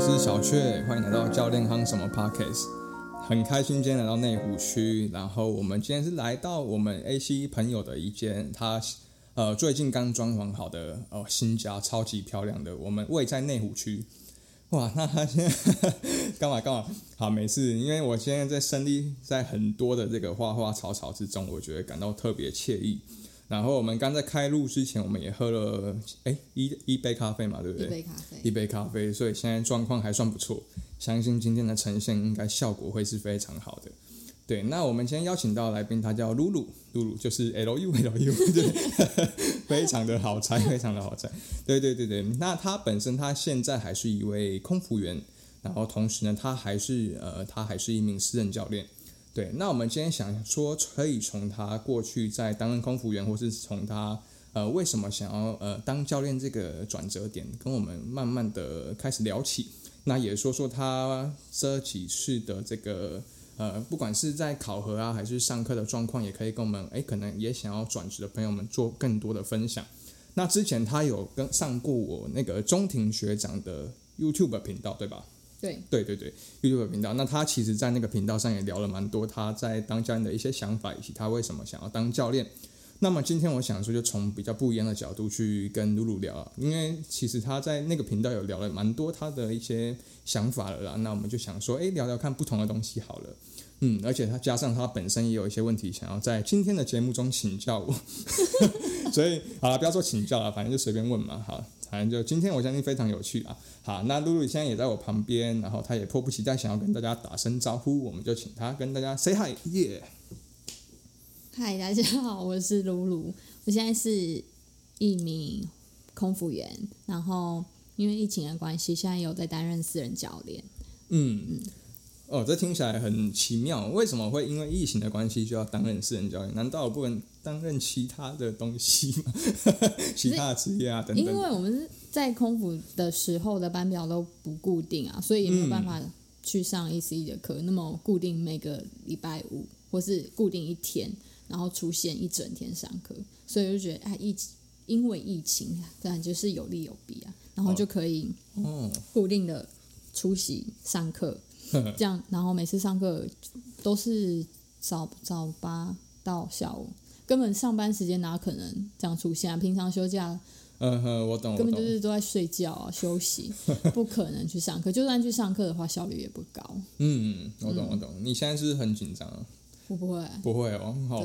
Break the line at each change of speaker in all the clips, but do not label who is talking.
是小雀，欢迎来到教练康什么 Podcast。很开心今天来到内湖区，然后我们今天是来到我们 A C 朋友的一间，他呃最近刚装潢好的呃新家，超级漂亮的。我们位在内湖区，哇，那他现在 干嘛干嘛？好，没事，因为我现在在身历在很多的这个花花草草之中，我觉得感到特别惬意。然后我们刚在开录之前，我们也喝了哎一一杯咖啡嘛，对不
一
对？
杯咖
一
啡。
杯咖啡，所以现在状况还算不错，相信今天的呈现应该效果会是非常好的。对，那我们今天邀请到的来宾，他叫露露，露露就是 L U L U，对， 非常的好猜，非常的好猜。对对对对，那他本身他现在还是一位空服员，然后同时呢，他还是呃，他还是一名私人教练。对，那我们今天想说，可以从他过去在担任空服员，或是从他呃为什么想要呃当教练这个转折点，跟我们慢慢的开始聊起。那也说说他这几次的这个呃，不管是在考核啊，还是上课的状况，也可以跟我们哎，可能也想要转职的朋友们做更多的分享。那之前他有跟上过我那个中庭学长的 YouTube 频道，对吧？
对，
对对对，YouTube 频道。那他其实，在那个频道上也聊了蛮多他在当教练的一些想法，以及他为什么想要当教练。那么今天我想说，就从比较不一样的角度去跟露露聊啊，因为其实他在那个频道有聊了蛮多他的一些想法了啦。那我们就想说，诶，聊聊看不同的东西好了。嗯，而且他加上他本身也有一些问题，想要在今天的节目中请教我， 所以好了，不要说请教了，反正就随便问嘛。好，反正就今天我相信非常有趣啊。好，那露露现在也在我旁边，然后她也迫不及待想要跟大家打声招呼，我们就请她跟大家 say hi，耶、
嗨，大家好，我是露露，我现在是一名空服员，然后因为疫情的关系，现在有在担任私人教练。
嗯，哦，这听起来很奇妙，为什么会因为疫情的关系就要担任私人教练？难道我不能担任其他的东西吗？ 其他的职业啊等
因
等。
为我们是在空服的时候的班表都不固定啊，所以也没有
嗯
办法去上 E C 的课，那么固定每个礼拜五或是固定一天，然后出现一整天上课，所以我就觉得啊，疫因为疫情，啊当然就是有利有弊啊，然后就可以
哦，
固定的出席上 课，这样，然后每次上课都是早早八到下午，根本上班时间哪可能这样出现啊？平常休假
嗯哼，我懂，我
根
懂。
本就是都在睡觉啊、休息，不可能去上课。就算去上课的话，效率也不高。
嗯，我懂，我懂。你现在是不是很紧张啊？
我不会，
不会哦，好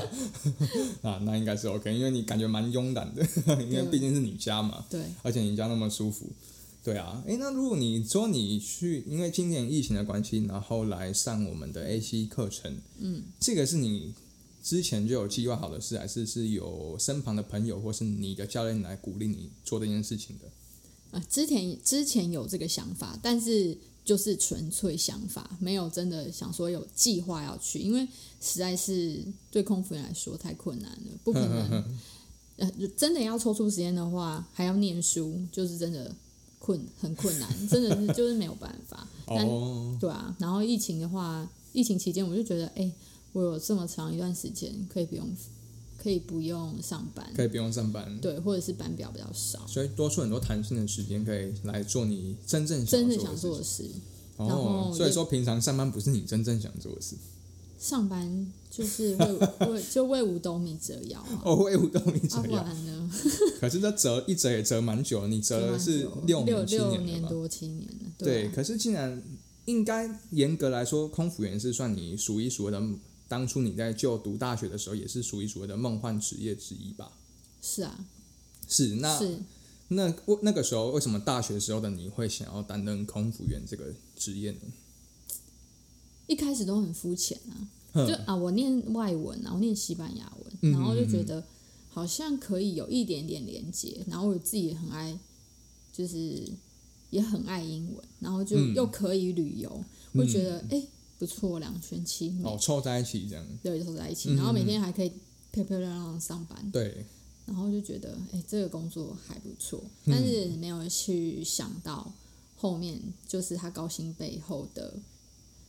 啊，那应该是 OK，因为你感觉蛮慵懒的，因为
对
毕竟是你家嘛。
对，
而且你家那么舒服，对啊，诶，那如果你说你去，因为今年疫情的关系，然后来上我们的 AC 课程，嗯，这个是你之前就有计划好的事，还是是有身旁的朋友或是你的教练来鼓励你做这件事情的？
啊，之前之前有这个想法，但是就是纯粹想法，没有真的想说有计划要去，因为实在是对空服员来说太困难了，不 可能。呃，真的要抽出时间的话，还要念书，就是真的困很困难，真的是就是没有办法。但
哦，
对啊，然后疫情的话，疫情期间我就觉得，哎、我有这么长一段时间可以不用，可以不用上班，
可以不用上班，
对，或者是班表比较少，
所以多出很多弹性的时间可以来做你真正想
真
要
正
做的
想
事
做
情。
的事。然
哦
后，
所以
也
说平常上班不是你真正想做的事。
上班就是为 为就为五斗米折腰啊，
哦，为五斗米
啊
折
不
腰，
然呢？
可是这折一折也折蛮久了，你折了是
六
年七
六
年
年
了吧？
多七年了，
对，
啊
可是竟然应该严格来说，空服员是算你数一数二的。当初你在就读大学的时候，也是数一数二的梦幻职业之一吧？
是啊，
是，那
是
那我那个时候为什么大学时候的你会想要担任空服员这个职业呢？
一开始都很肤浅啊，
嗯
就啊，我念外文啊，我念西班牙文，然后就觉得好像可以有一点点连接，然后我自己也很爱，就是也很爱英文，然后就
嗯
又可以旅游，我就觉得哎、不错，两全其美，
哦，凑在一起这样，
对，都在一起，然后每天还可以漂漂亮亮地上班，
对，
然后就觉得哎、这个工作还不错，但是没有去想到后面就是他高薪背后的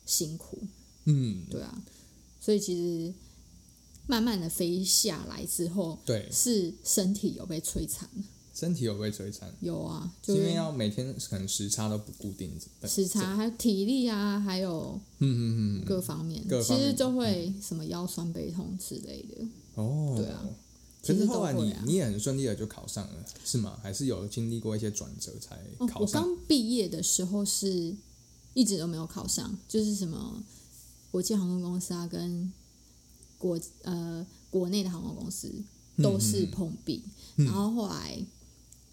辛苦。
嗯，
对啊，所以其实慢慢的飞下来之后，
对，
是身体有被摧残的，
身体有被摧残，
有啊，
是
就
因为
是
要每天可能时差都不固定，对
时差，还有体力啊，还有
嗯嗯嗯嗯，
各方面，
各
其
方面嗯
实就会什么腰酸背痛之类的。
哦，
对啊
可
其
是
实都
后来
会
你
啊
你也很顺利的就考上了，是吗？还是有经历过一些转折才
哦，
考
我
上？
刚毕业的时候是一直都没有考上，就是什么国际航空公司啊，跟国呃国内的航空公司
嗯
都是碰壁，然后后来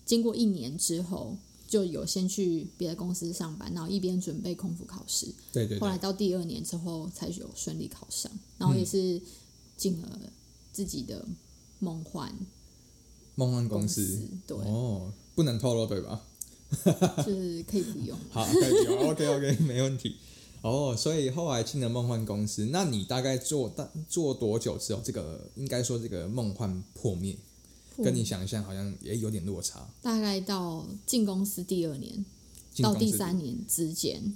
经过一年之后。就有先去别的公司上班，然后一边准备空服考试，
对对
后
对，
来到第二年之后才有顺利考上，然后
嗯
也是进了自己的梦幻
梦幻
公
公司，
对，
哦，不能透露对吧？
就是可以不用。
好，可以有 OK OK，没问题。哦，所以后来进了梦幻公司，那你大概做大做多久之后，这个应该说这个梦幻破灭， 跟你想象好像也有点落差。
大概到进公司第二年
进
到
公司
第三，年之间，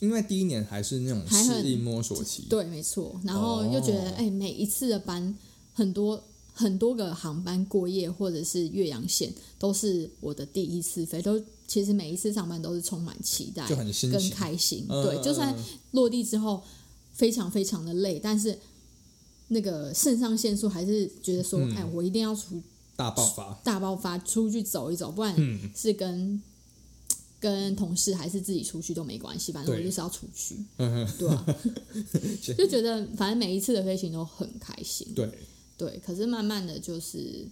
因为第一年还是那种
还很
适应摸索期，
对，没错。然后又觉得，
哦
哎、每一次的班很多很多个航班过夜或者是岳阳线，都是我的第一次飞，都其实每一次上班都是充满期待，
就很新
跟
奇。
开心。
嗯
对，就算落地之后非常非常的累，但是那个肾上腺素还是觉得说，
嗯
哎、我一定要出
大爆发，
大爆发，出去走一走，不然
嗯，
是跟。跟同事还是自己出去都没关系，反正我
对
就是要出去，
嗯
对啊，就觉得反正每一次的飞行都很开心，
对，
对，可是慢慢的就是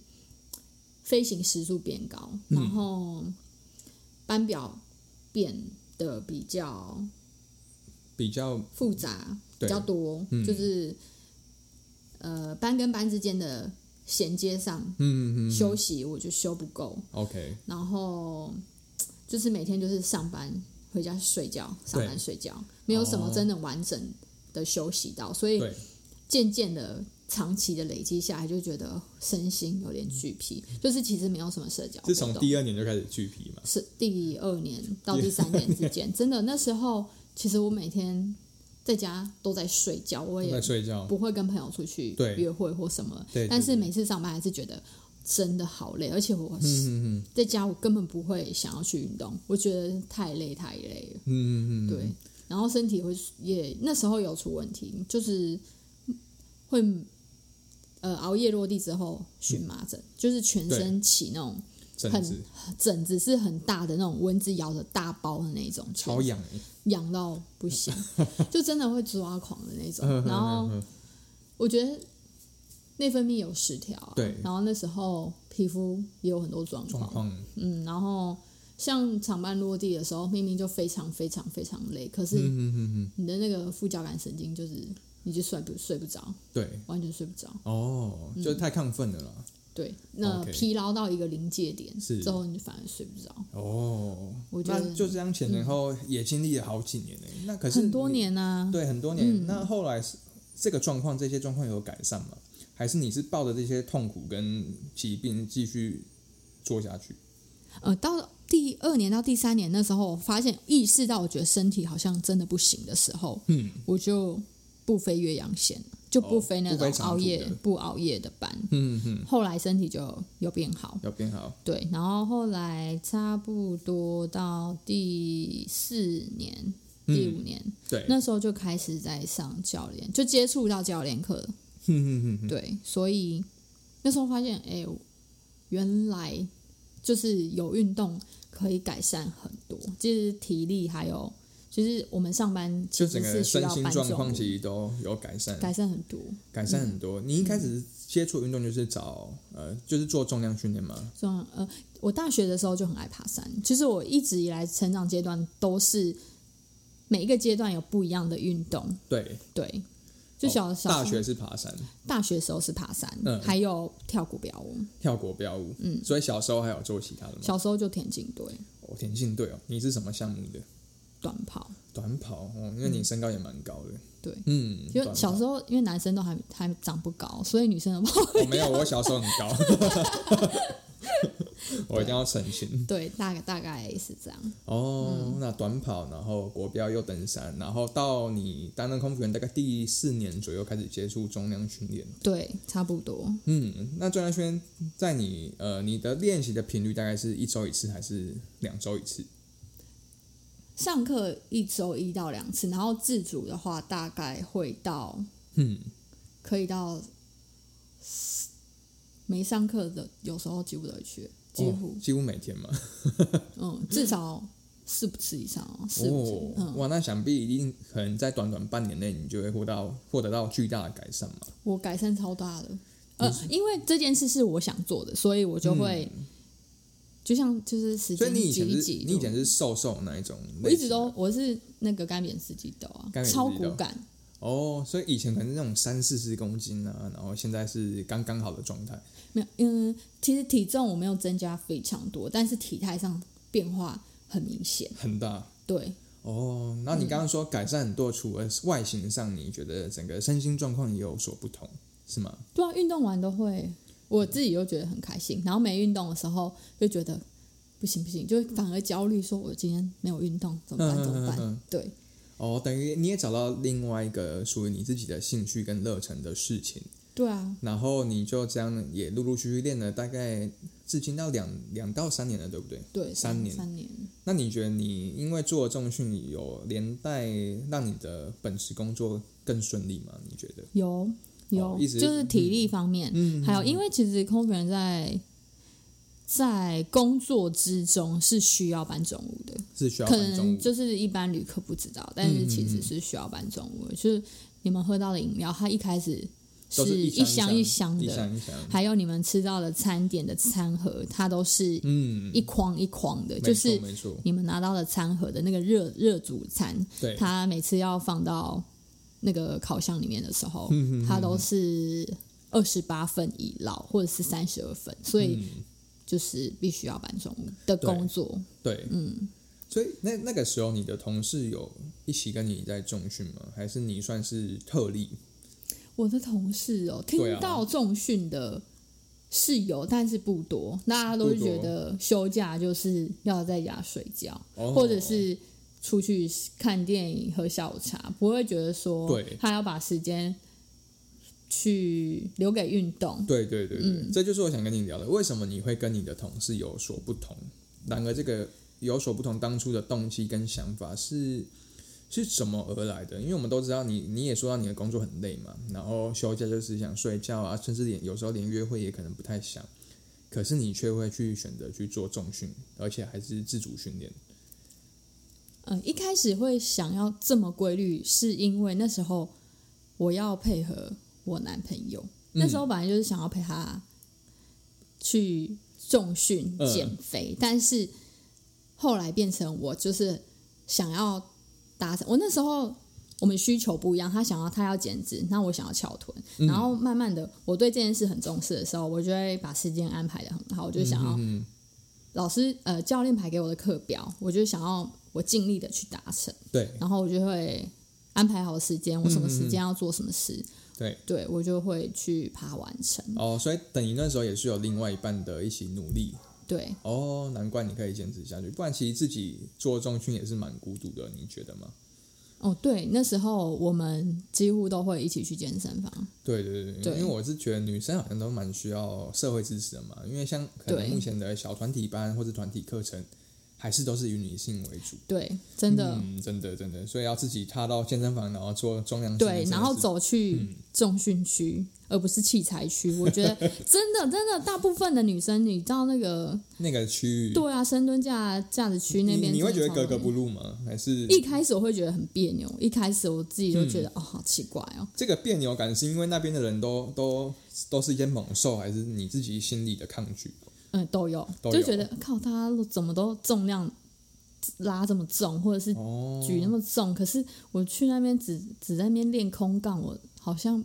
飞行时速变高，
嗯
然后班表变得比较
比较嗯
复杂比
对
较多，
嗯
就是呃班跟班之间的衔接上，
嗯嗯嗯
休息我就休不够，
，OK，
然后就是每天就是上班回家睡觉，上班
对
睡觉，没有什么
哦
真的完整的休息到，所以
对，
渐渐的。长期的累积下来，就觉得身心有点俱疲，就是其实没有什么社交活动。
是嗯从第二年就开始巨皮嘛，
是第二年到第三年之间，真的那时候，其实我每天在家都在睡觉，我
都在
也
睡觉，
不会跟朋友出去
对
约会或什么
对对。
但是
对
每次上班还是觉得真的好累，而且我
嗯嗯
在家我根本不会想要去运动，我觉得太累太累了。
嗯嗯嗯，
对，然后身体会也那时候有出问题，就是会呃熬夜落地之后荨麻疹，就是全
对
身起那种。
甚
很
至
疹子是很大的那种蚊子咬的大包的那种，
超痒欸，
痒到 不行，就真的会抓狂的那种。然后
嗯嗯嗯
我觉得内分泌有失调、啊，
对
然后那时候皮肤也有很多状
状
况，
况，
嗯，然后像长班落地的时候，明明就非常非常非常累，可
嗯
是
嗯嗯嗯，
你的那个副交感神经就是你就睡不睡不着，
对，
完全睡不着。
哦，就是太亢奋了啦，
对，那
OK
疲劳到一个临界点
是
之后，你反而睡不着。
哦，
我觉得
那就这样前前后后也经历了好几年呢，那可是
很多
你
年啊，
对，很多年。那后来是这个状况，这些状况有改善吗？还是你是抱着这些痛苦跟疾病继续做下去？
呃，到第二年到第三年那时候，我发现意识到我觉得身体好像真的不行的时候，
嗯，
我就不飞岳阳线了，就不
哦
飞那
不
种
飞长
熬
途
夜
的
不熬夜的班。
嗯嗯，
后来身体就有变好，
要变好。
对，然后后来差不多到第四年、第
嗯
五年，
对，
那时候就开始在上教练，就接触到教练课了，
嗯嗯嗯，
对，所以那时候发现，哎、原来就是有运动可以改善很多，就是体力还有就是我们上班其
就
实
整
是
个
需
身
要
心
搬
状
重
况
物，
其实都有改善，
改嗯善很多，
改善很多。你一开始接触运动就是找呃，就是做重量训练吗？
这样呃，我大学的时候就很爱爬山，其实我一直以来成长阶段都是每一个阶段有不一样的运动，
对，
对，就小、
哦
小
大学是爬山，
大学时候是爬山，
嗯
还有跳古标舞，
跳国标舞，嗯，所以小时候还有做其他的吗？
小时候就田径队、
哦，田径队哦，你是什么项目的？
短跑。
短跑哦，因为你身高也蛮高的，
对
嗯，
嗯因为
短
小
跑
时候，因为男生都还
哦
还长不高，所以女生的话，
我没有，我小时候很高。 我一定要澄清。
对，大概大概是这样。
哦，
嗯
那短跑，然后国标又登山，然后到你担任空服员大概第四年左右开始接触重量训练。
对，差不多。
嗯，那重量训练在你呃你的练习的频率大概是一周一次还是两周一次？
上课一周一到两次，然后自主的话大概会到，
嗯，
可以到没上课的，有时候几乎都会去，几乎
哦、、几乎每天嘛。
嗯，至少四五次以上哦，四五次，
哦，
嗯，
哇，那想必一定可能在短短半年内，你就会获到获得到巨大的改善嘛。
我改善超大的。呃，因为这件事是我想做的，所以我就会，就像就是时
嗯所以
间
你以
挤
前
一
是，
挤，
你以前是瘦瘦那一种类型的，
我一直都我是那个干煸四季豆啊
干煸，四季豆
超骨感，
哦，所以以前可能是那种三四十公斤啊，然后现在是刚刚好的状态。
没有，嗯，其实体重我没有增加非常多，但是体态上变化很明显。
很大
对，
哦。那你刚刚说改善很多，除了外形上，你觉得整个身心状况也有所不同，是吗？
对啊，运动完都会，我自己又觉得很开心，然后没运动的时候就觉得不行不行，就反而焦虑，说我今天没有运动怎么办怎
嗯
么
嗯嗯
办
嗯？
对，
哦，等于你也找到另外一个属于你自己的兴趣跟热忱的事情，
对啊，
然后你就这样也陆陆续续练了大概至今到两两到三年了，对不对？
对，
三年
三年，
那你觉得你因为做了重训，有连带让你的本职工作更顺利吗？你觉得？
有有、
哦一直
就是体力方面，
嗯
还有因为其实空服员在在工作之中是需要搬重物的，
嗯是需要
可
搬重
能
物嗯
就是一般旅客不知道，但是其实是需要搬重物的，就是你们喝到的饮料，它一开始
都是
一
箱
箱一
箱
箱的，
一箱一箱，
还有你们吃到的餐点的餐盒，它都是
嗯，
一筐一筐的，
没
就
错
是
没错，
你们拿到的餐盒的那个热热煮餐，
对，
它每次要放到那个烤箱里面的时候，
嗯
它都是二十八分以老或者是三十二分，所以
嗯
就是必须要搬重物的
对
工作。
对，嗯，所以那那个时候你的同事有一起跟你在重训吗？还是你算是特例？
我的同事哦，听
对啊
到重训的是有，但是不多，大家都是
不多
觉得休假就是要在家睡觉。
哦，
或者是出去看电影、喝下午茶，不会觉得说
对
他要把时间去留给运动。
对对对对，
嗯
这就是我想跟你聊的，为什么你会跟你的同事有所不同？然而这个有所不同，当初的动机跟想法是。是怎么而来的？因为我们都知道你，你也说到你的工作很累嘛，然后休假就是想睡觉啊，甚至连有时候连约会也可能不太想，可是你却会去选择去做重训，而且还是自主训练。
嗯，一开始会想要这么规律，是因为那时候我要配合我男朋友，
嗯
那时候本来就是想要陪他去重训
嗯
减肥，但是后来变成我就是想要达成，我那时候。我们需求不一样，他想要他要减脂，那我想要翘臀，
嗯
然后慢慢的，我对这件事很重视的时候，我就会把时间安排的很好，我就想要
嗯
老师呃教练排给我的课表，我就想要我尽力的去达成，
对
然后我就会安排好时间，我什么时间要做什么事，
嗯对，
对我就会去把它完成。
哦，所以等于那时候也是有另外一半的一起努力
对，
哦，难怪你可以坚持下去，不然其实自己做重训也是蛮孤独的，你觉得吗？
哦对，那时候我们几乎都会一起去健身房。
对对对，
对
因为我是觉得女生好像都蛮需要社会支持的嘛，因为像可能
对
目前的小团体班或者团体课程，还是都是以女性为主。
对，真的、
嗯，真的真的，所以要自己踏到健身房，然后做重量训
对
练，
然后
真的是嗯
走去重训区，而不是器材区。我 觉得真的真的，大部分的女生，你到那个
那个区域，
对啊深蹲架架子区那
嗯你
边
你会
真
觉
的
得格
超
格
容易
不入吗？还是
一开始我会觉得很别扭，一开始我自己就觉得、
嗯
哦，好奇怪哦。
这个别扭感是因为那边的人都都都是一些猛兽，还是你自己心里的抗拒？
嗯，都有，
都有
就觉得靠，他怎么都重量拉这么重，或者是
哦，
举那么重，可是我去那边只只在那边练空杠，我好像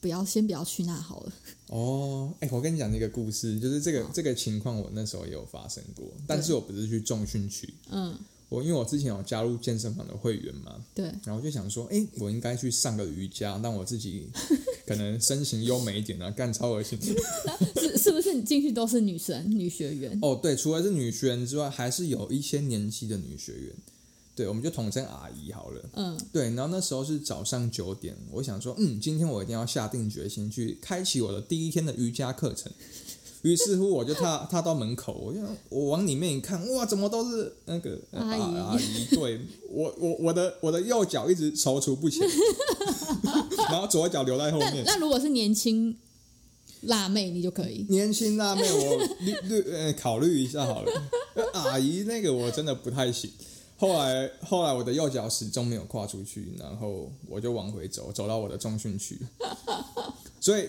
不要先不要去那好了。
哦，哎、我跟你讲一个故事，就是这个这个情况我那时候也有发生过，但是我不是去重训区，
嗯，
我因为我之前有加入健身房的会员嘛，
对，
然后就想说，哎、我应该去上个瑜伽，让我自己可能身形优美一点啊， 干超恶心。
是是不是你进去都是女生女学员？
哦，对，除了是女学员之外，还是有一些年纪的女学员，对，我们就统称阿姨好了。
嗯，
对，然后那时候是早上九点，我想说，嗯，今天我一定要下定决心去开启我的第一天的瑜伽课程。 于是乎，我就踏踏到门口，我就我往里面一看，哇，怎么都是那个呃
阿姨
阿姨，对我我我的我的右脚一直踌躇不前， 然后左脚留在后
那
面。
那如果是年轻辣妹，你就可以。
年轻辣妹，我虑虑呃考虑一下好了。呃阿姨那个我真的不太行。后来后来我的右脚始终没有跨出去，然后我就往回走，走到我的中训区。所以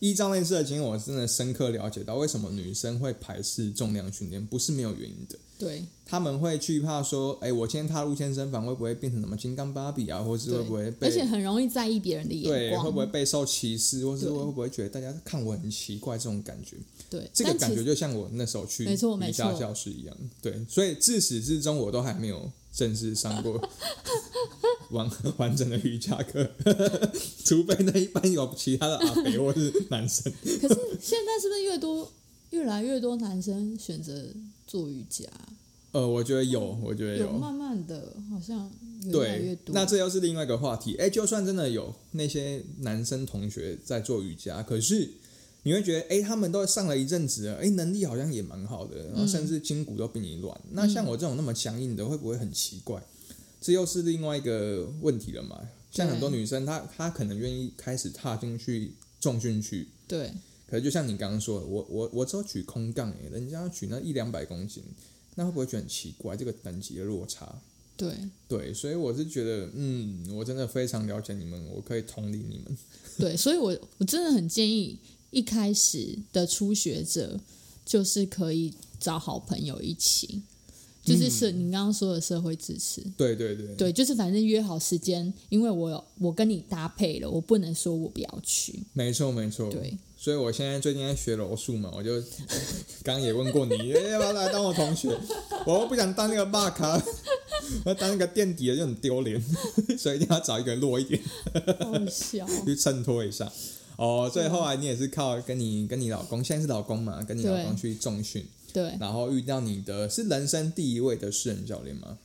依照那次的经验，我真的深刻了解到为什么女生会排斥重量训练，不是没有原因的。
对，
她们会惧怕说，哎、我今天踏入健身房会不会变成什么金刚芭比啊，或是会不会
而且
被
很容易在意别人的眼
对
光，
会不会备受歧视，或是
对
会不会觉得大家看我很奇怪这种感觉？
对
这个
但
感
其
觉
实
就像我那时候去
没错没
瑜伽
错
教室一样，对，所以自始至终我都还没有正式上 过完完整的瑜伽课， 除非那一班有其他的阿肥或是男生。
可是现在是不是越多越来越多男生选择做瑜伽？
呃，我觉得有，我觉得
有慢慢的，好像越来越
哦对，
多。
那这又是另外一个话题。哎，就算真的有那些男生同学在做瑜伽，可是你会觉得，哎，他们都上了一阵子了，哎，能力好像也蛮好的，然后甚至筋骨都比你软。那像我这种那么强硬的，会不会很奇怪？这又是另外一个问题了嘛？像很多
对
女生，她她可能愿意开始踏进去重训区，
对
可是就像你刚刚说的，我我我只有举空杠诶、人家要举那一两百公斤，那会不会觉得很奇怪？这个等级的落差。
对
对，所以我是觉得，嗯，我真的非常了解你们，我可以同理你们。
对，所以我我真的很建议一开始的初学者，就是可以找好朋友一起，就是是
嗯
你刚刚说的社会支持。
对对对，
对，就是反正约好时间，因为我有我跟你搭配了，我不能说我不要去。
没错没错。
对，
所以我现在最近在学柔术嘛，我就 刚刚也问过你， 哎要不要来当我同学？我又不想当那个霸咖， 我当那个垫底的就很丢脸， 所以一定要找一个弱一点 哦
好笑，
去衬托一下。哦，所以后来你也是靠跟你跟你老公，现在是老公嘛，跟你老公去重训，
对
然后遇到你的是人生第一位的私人教练吗？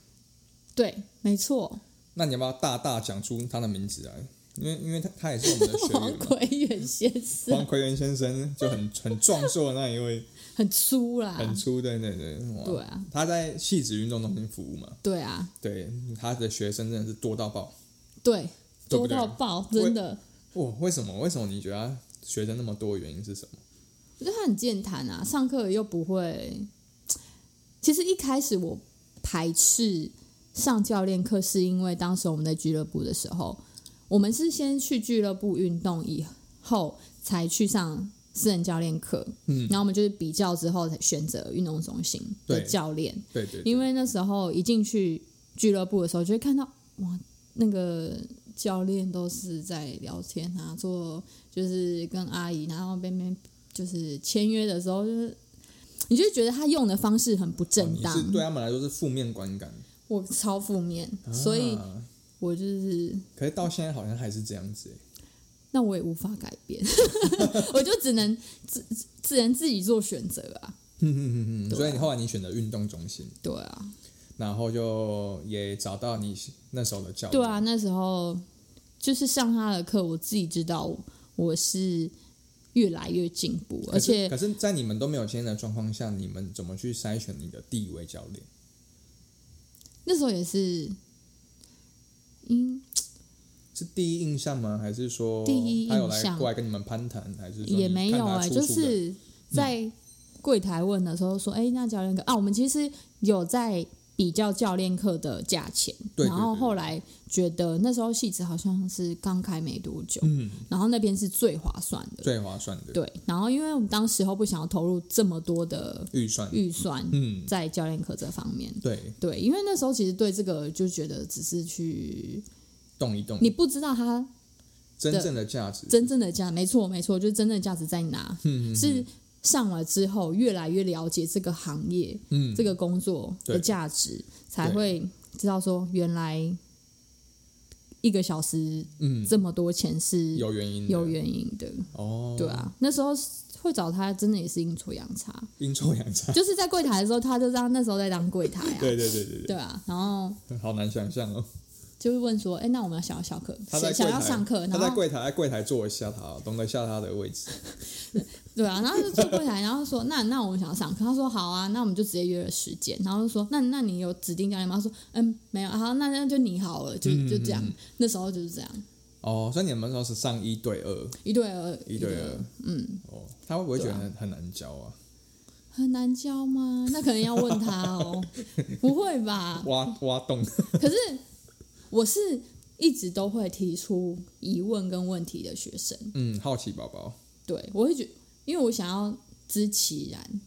对，没错，
那你要不要大大讲出他的名字来？因为因为他他也是我们的学
黄
员嘛，
奎远先
黄
生
奎元先生就很很壮硕的那一位，
很粗啦，
很粗，对对对，哇
对啊，
他在戏子运动中心服务嘛，
对啊，
对，他的学生真的是多到爆。
对，
对
多
不对
到爆，真的，
哇，哦为什么？为什么你觉得他学生那么多？原因是什么？
我觉得他很健谈啊，上课又不会。其实一开始我排斥上教练课，是因为当时我们在俱乐部的时候，我们是先去俱乐部运动以后才去上私人教练课，
嗯
然后我们就是比较之后才选择运动中心的
对
教练，
对对对
因为那时候一进去俱乐部的时候，就会看到哇，那个教练都是在聊天啊，做就是跟阿姨，然后边边就是签约的时候，就是你就会觉得他用的方式很不
哦
正
你
当，
是对他们来说是负面观感，
我超负面，所以
啊
我就是
可是到现在好像还是这样子欸。
那我也无法改变，我就只能只只只能自己做选择啊，
嗯嗯嗯嗯，
对啊
所以你后来你选择运动中心，
对啊，
然后就也找到你那时候的教练。
对啊，那时候就是上他的课，我自己知道我是越来越进步，而
可是
且
可是在你们都没有签的状况下，你们怎么去筛选你的第一位教练？
那时候也是，嗯，
是第一印象吗？还是说
第一印
他
象
有来过来跟你们攀谈，还是说
也没有
哎、
哎、就是在柜台问的时候说，哎、那教练课啊，我们其实有在比较教练课的价钱，
对对
然后
对
后来觉得那时候戏子好像是刚开没多久，
嗯，
然后那边是最划算的，
最划算的
对，然后因为我们当时候不想要投入这么多的
预算，
预算
嗯，
在教练课这方面。
对，
对，因为那时候其实对这个就觉得只是去，
动一动，
你不知道它
真正的价值，
真正的价，没错没错，就是真正的价值在哪，
嗯，嗯嗯
是上了之后，越来越了解这个行业、
嗯，
这个工作的
对
价值，才会知道说原来一个小时
嗯
这么多钱是
有原因的，
有原因的。
哦，
对，啊，那时候会找他，真的也是阴错阳差，
阴错阳差，
就是在柜台的时候，他就当那时候在当柜台啊。
对对对对
对啊，然后
对，好难想象哦。
就是问说，哎，那我们要想要小课，
他在
想
柜
想
台
要上课，
他
然
在
后
柜台，在柜台坐一下他，懂得下他的位置。
对啊，然后就坐柜台，然后说，那那我们想要上课，他说好啊，那我们就直接约了时间，然后就说，那那你有指定教练吗？他说，嗯，没有，啊好，那那就你好了，就就这样，
嗯
那时候就是这样，
哦，所以你们那时候是上一对二，
一对二，
一对二，
嗯，
哦，他会不会觉
对
得
啊
很很难教啊？
很难教吗？那可能要问他哦，不会吧？
挖挖洞，
可是我是一直都会提出疑问跟问题的学生，
嗯，好奇宝宝，
对我会觉因为我想要知其然，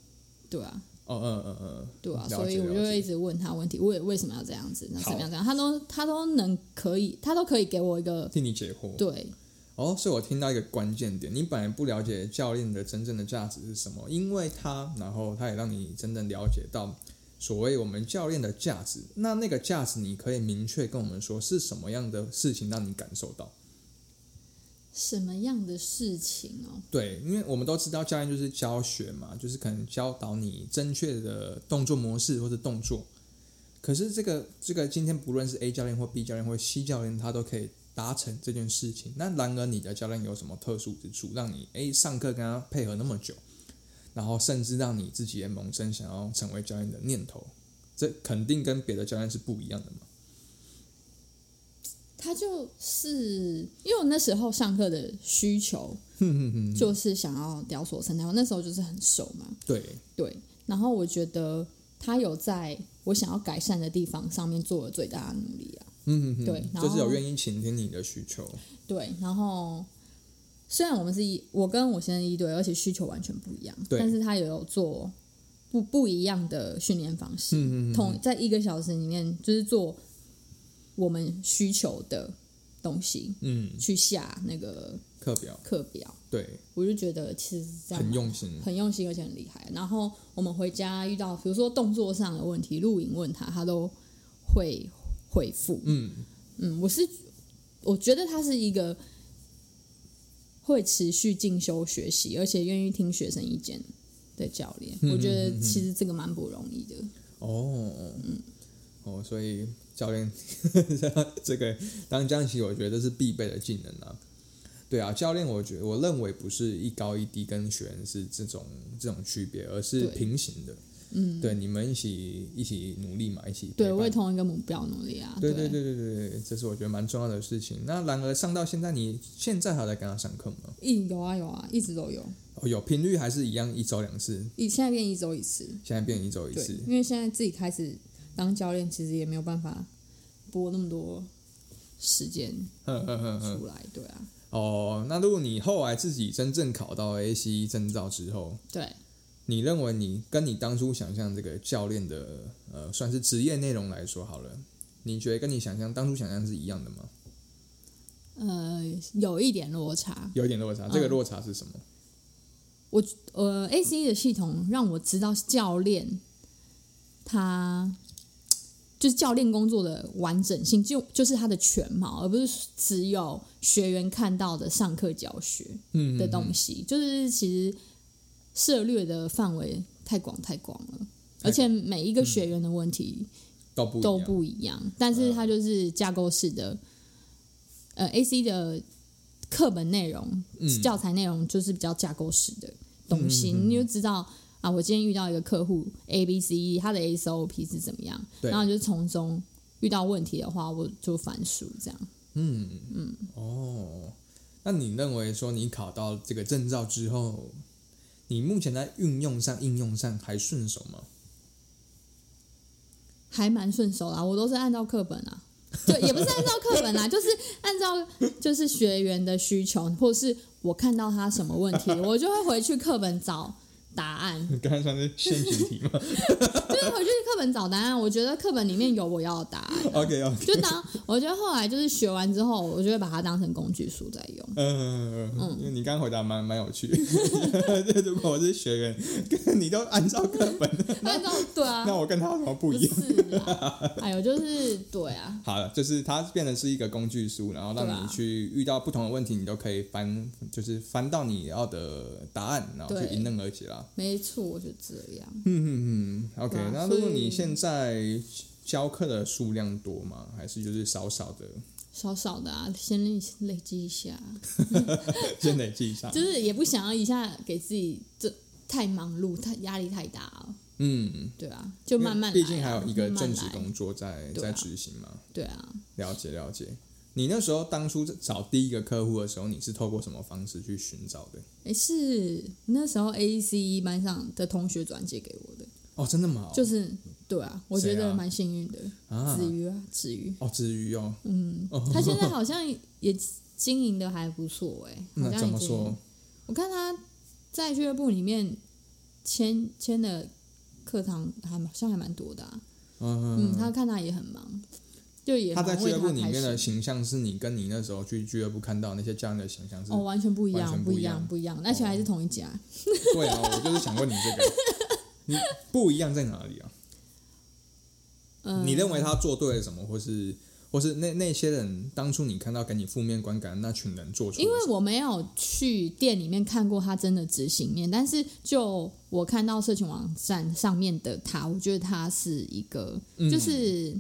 对啊，
哦，嗯嗯嗯，
对啊，
了解
所以我就
了
会
解
一直问他问题，为为什么要这样子，那
好
怎么样这样，他都他都能可以，他都可以给我一个
替你解惑。
对，
哦，所以我听到一个关键点，你本来不了解教练的真正的价值是什么，因为他，然后他也让你真正了解到所谓我们教练的价值。那那个价值，你可以明确跟我们说是什么样的事情让你感受到。
什么样的事情哦，
对，因为我们都知道教练就是教学嘛，就是可能教导你正确的动作模式或者动作。可是这个这个今天不论是 A 教练或 B 教练或 C 教练，他都可以达成这件事情。那然而你的教练有什么特殊之处，让你诶上课跟他配合那么久，然后甚至让你自己也萌生想要成为教练的念头？这肯定跟别的教练是不一样的嘛。
他就是因为我那时候上课的需求
哼哼哼，
就是想要聊所成，然后那时候就是很熟嘛，
对，
对，然后我觉得他有在我想要改善的地方上面做了最大的努力啊。
嗯哼哼，
对然后
就是有愿意倾听你的需求。
对，然后虽然我们是一，我跟我先生一对，而且需求完全不一样，
对
但是他也有做不不一样的训练方式，
嗯嗯嗯
同在一个小时里面就是做我们需求的东西，
嗯，
去下那个
课表
课表，
对，
我就觉得其实这样
很用心。
很用心，而且很厉害。然后我们回家遇到，比如说动作上的问题，录影问他，他都会回复。
嗯，
嗯，我是我觉得他是一个会持续进修学习，而且愿意听学生意见的教练。
嗯
我觉得其实这个蛮不容易的。
哦，哦，所以教练 这个当将棋，我觉得是必备的技能啊。对啊，教练，我觉我认为不是一高一低跟学员是这种这种区别，而是
对
平行的。
嗯，
对，你们一起一起努力嘛，一起
对，
陪伴
为同一个目标努力啊。
对
对
对对对对对，这是我觉得蛮重要的事情。那然而上到现在，你现在还有在跟他上课吗？
一有啊有啊，一直都有。
哦，有频率还是一样，一周两次，
以现在变一周一次，
现在变一周一
对
次，，
因为现在自己开始当教练，其实也没有办法拨那么多时间
呵呵呵呵。
出来，对啊，
哦，那如果你后来自己真正考到 ACE 证照之后，
对，
你认为你跟你当初想象这个教练的呃，算是职业内容来说好了，你觉得跟你想象当初想象是一样的吗？
呃，有一点落差。
有一点落
嗯
差，这个落差是什么？
呃，A C 的系统让我知道教练他就是教练工作的完整性，就就是他的全貌，而不是只有学员看到的上课教学
嗯，
的东
西，
西，就是其实涉略的范围太广太广了，而且每
嗯
一个学员的问题。
都不一
都
样嗯
不一样，但是它就是架构式的，呃，A C 的课本内容、
嗯
教材内容就是比较架构式的东西，你就知道啊，我今天遇到一个客户 A B C E，他的 S O P 是怎么样，
对
然后就从中遇到问题的话，我就翻书这样。
嗯嗯，哦，那你认为说你考到这个证照之后，你目前在运用上、应用上还顺手吗？
还蛮顺手啦，我都是按照课本啊，就也不是按照课本 啦，就是按照就是学员的需求，或是我看到他什么问题，我就会回去课本找答案，
刚才算是陷阱题 吗
就是回去课本找答案。我觉得课本里面有我要的答案，
？OK OK，
就当我觉得后来就是学完之后，我就会把它当成工具书在用。
嗯，因为你刚刚回答蛮蛮有趣的。如果我是学员，跟你都按照课本，
按照对啊，
那我啊跟他有什么不
不
一样？
是啦，哎呦，就是对啊，
好了，就是它变成是一个工具书，然后
对
让
啊
你去遇到不同的问题，你都可以翻，就是翻到你要的答案，然后去
对
迎刃而解啦。
没错，我就这样。
嗯嗯嗯，OK
对啊。
那
所
如
以
果你现在教课的数量多吗？还是就是少少的，
少少的啊，先累累积一下，
先累积一下？
就是也不想要一下给自己这太忙碌、太压力太大了，
嗯，
对啊，就慢慢来啊、
因为毕竟还有一个
慢慢
正
来
职工作在
对
在
啊
执行嘛。
对啊，
了解了解。你那时候当初找第一个客户的时候，你是透过什么方式去寻找的？
诶，是那时候 A C E 班上的同学转借给我的，
哦，真的吗？
就是对啊，我
谁
觉
啊
得蛮幸运的。
啊，
子瑜啊，子瑜，
哦，至于哦，
嗯，他现在好像也经营的还不错诶，好
那
像
怎么
已经
说？
我看他在俱乐部里面签签的课堂还蛮好像还蛮多的、啊，
嗯
嗯，他看他也很忙，就也
他在
忙
俱
为
乐部里
开
面的
心
形象是你跟你那时候去俱乐部看到那些教练的形象是？
哦，完全不一
完
样，
全
不
不一
一
样
样，不一样，而且还是同一家。
对啊，我就是想问你这 个，你不一样在哪里啊？
嗯，
你认为他做对了什么，或是或是那那些人当初你看到给你负面观感那群人做出了什
因
么？
为我没有去店里面看过他真的执行面，但是就我看到社群网站上面的他，我觉得他是一个
嗯
就是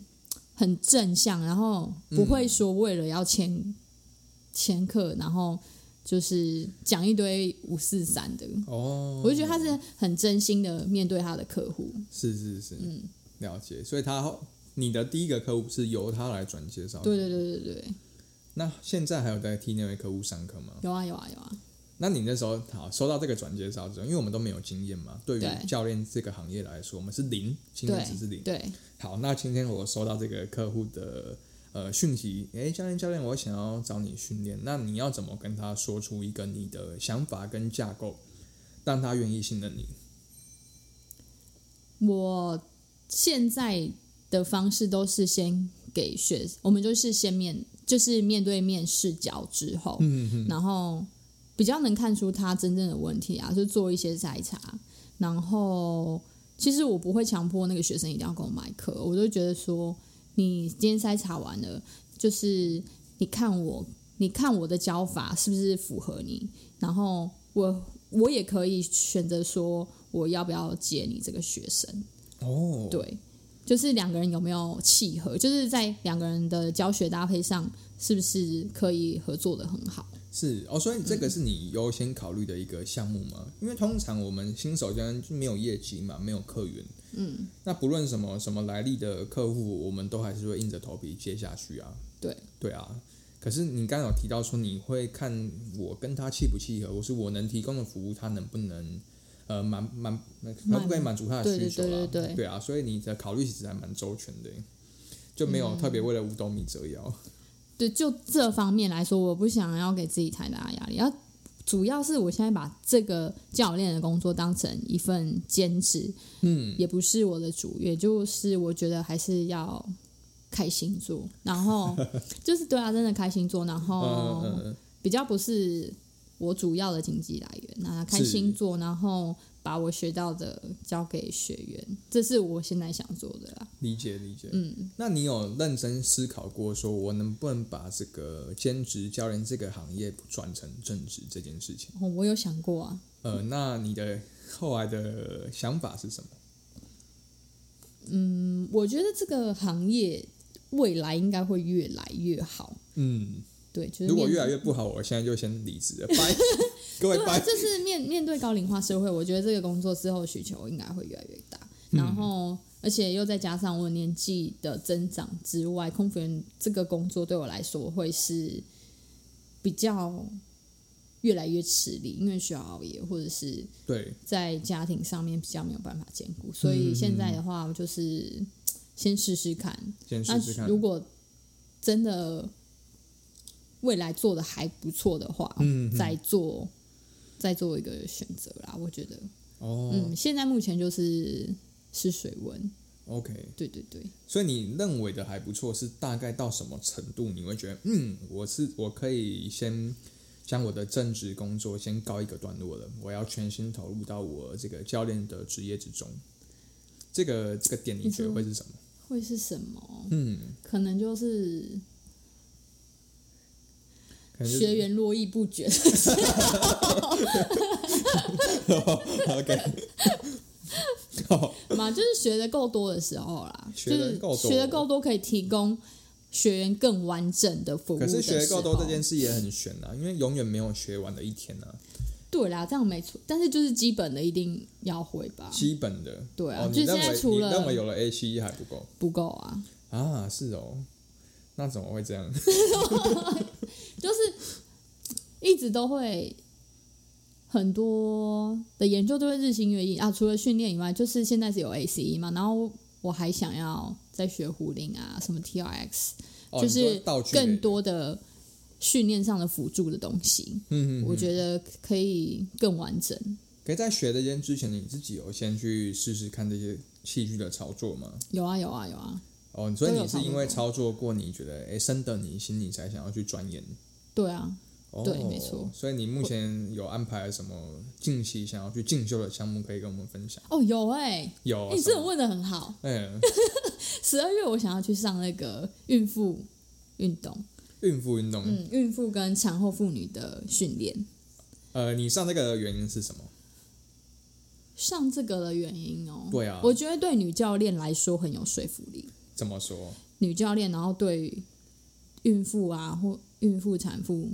很正向，然后不会说为了要签签课，然后就是讲一堆五四三的。
哦，
我就觉得他是很真心的面对他的客户，
是是是，嗯，了解。所以他后你的第一个客户是由他来转介绍，
对。对对对对，
那现在还有在替那位客户上课吗？
有啊有啊有啊，
那你那时候好收到这个转介绍之后，因为我们都没有经验嘛，对
对
于教练这个行业来说，我们是零，经验值是零
对。对，
好，那今天我收到这个客户的呃讯息，诶，教练教练，我想要找你训练，那你要怎么跟他说出一个你的想法跟架构，让他愿意信任你？
我现在的方式都是先给学，我们就是先面，就是面对面试教之后，然后比较能看出他真正的问题啊，就做一些筛查，然后其实我不会强迫那个学生一定要跟我买课，我就觉得说，你今天筛查完了，就是你看我，你看我的教法是不是符合你，然后我我也可以选择说我要不要接你这个学生，
哦，
对，就是两个人有没有契合，就是在两个人的教学搭配上，是不是可以合作的很好？
是哦，所以这
嗯
个是你优先考虑的一个项目吗？因为通常我们新手教练就没有业绩嘛，没有客源，嗯，那不论什么什么来历的客户，我们都还是会硬着头皮接下去啊。
对，
对啊。可是你刚刚有提到说你会看我跟他契不契合，我是我能提供的服务，他能不能呃满满能不可以满足他的
对对
需求
对
啊？
对对
啊，所以你的考虑其实还蛮周全的耶，欸就没有
嗯
特别为了五斗米折腰。
对，就这方面来说，我不想要给自己太大的压力，要主要是我现在把这个教练的工作当成一份兼职，嗯，也不是我的主业，就是我觉得还是要开心做，然后就是对啊，真的开心做，然后
嗯嗯嗯，
比较不是我主要的经济来源，那开心做，然后把我学到的交给学员，这是我现在想做的啦。
理解理解。
嗯，
那你有认真思考过，说我能不能把这个兼职教练这个行业转成正职这件事情？
哦我有想过啊，
呃，那你的后来的想法是什么？
嗯，我觉得这个行业未来应该会越来越好。
嗯，
对，就是
如果
面
越来越不好，我现在就先离职了， 拜，各位
对啊，
拜。
就是面面对高龄化社会，我觉得这个工作之后需求应该会越来越大。
嗯
然后，而且又再加上我年纪的增长之外，空服员这个工作对我来说会是比较越来越吃力，因为需要熬夜，或者是
对，
在家庭上面比较没有办法兼顾。所以现在的话，我就是先试试看。
先试试
那
看
如。果真的未来做的还不错的话，
嗯，
再做再做一个选择啦。我觉得
哦、
嗯，现在目前就是是水温，
o k
对对对，
所以你认为的还不错，是大概到什么程度你会觉得，嗯，我是我可以先将我的正职工作先告一个段落了，我要全心投入到我这个教练的职业之中。这个这个点你觉得会是什么？
会是什么？
嗯，
可能就是
可能就是
学员络绎不绝，
OK，哦，
嘛， 就是学的够多的时候啦，
学得够
就是
多
学的够多可以提供学员更完整的服务
可
的时
是
候。
学够多这件事也很悬啊，因为永远没有学完的一天啊，
对啦，这样没错，但是就是基本的一定要会吧，
基本的。
对啊
哦、
就
你
是
认
现在
为
除
你
了
认为有了 A 七还不够
不够啊，
啊？是哦，那怎么会这样？
就是一直都会很多的研究都会日新月异啊。除了训练以外，就是现在是有 ACE 嘛，然后我还想要再学壶铃啊，什么 TRX，、
哦、
就
你说
是
道具类
更
的，
多的训练上的辅助的东西，
嗯嗯
我觉得可以更完整。
可以在学这件之前，你自己有先去试试看这些器具的操作吗？
有啊，有啊，有啊，
哦，所以
都有
你是
操作
因为
过
操作过，你觉得哎深得你心，你才想要去钻研。
对啊，
哦，
对没错
所以你目前有安排什么近期想要去进修的项目可以跟我们分享？
哦，有哎、
有、啊，
欸你
什
真
么
的问的很好。
嗯，
十二月我想要去上那个孕妇运动，
孕妇运动，
嗯，孕妇跟产后妇女的训练。
呃，你上这个的原因是什么？
哦上这个的原因哦，
对啊
我觉得对女教练来说很有说服力。
怎么说？
女教练，然后对孕妇啊或孕妇产妇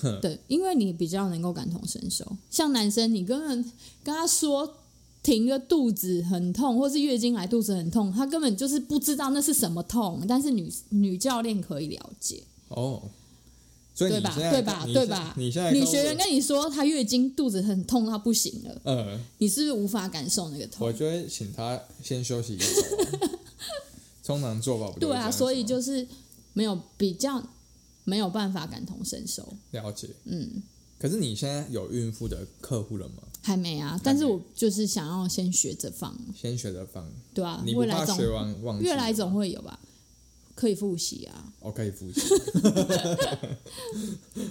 哼，
的，因为你比较能够感同身受。像男生，你根本跟他说停个肚子很痛，或是月经来肚子很痛，他根本就是不知道那是什么痛。但是女女教练可以了解，
哦，所以你
对吧
现在
对吧
你
对吧
你现在
女
跟我
学员跟你说她月经肚子很痛，她不行了，
呃，
你是不是无法感受那个
我
痛？
就会请他先休息一周啊、 通常做法不都
对
是这
啊，
样
所以
子吗
就是没有比较，没有办法感同身受。
了解。
嗯，
可是你现在有孕妇的客户了吗？
还没啊，但是我就是想要先学着放，
先学着放，
对啊，
你不
未
怕
来总
学完忘记？
未来总会有吧，可以复习啊，
哦，可以复习。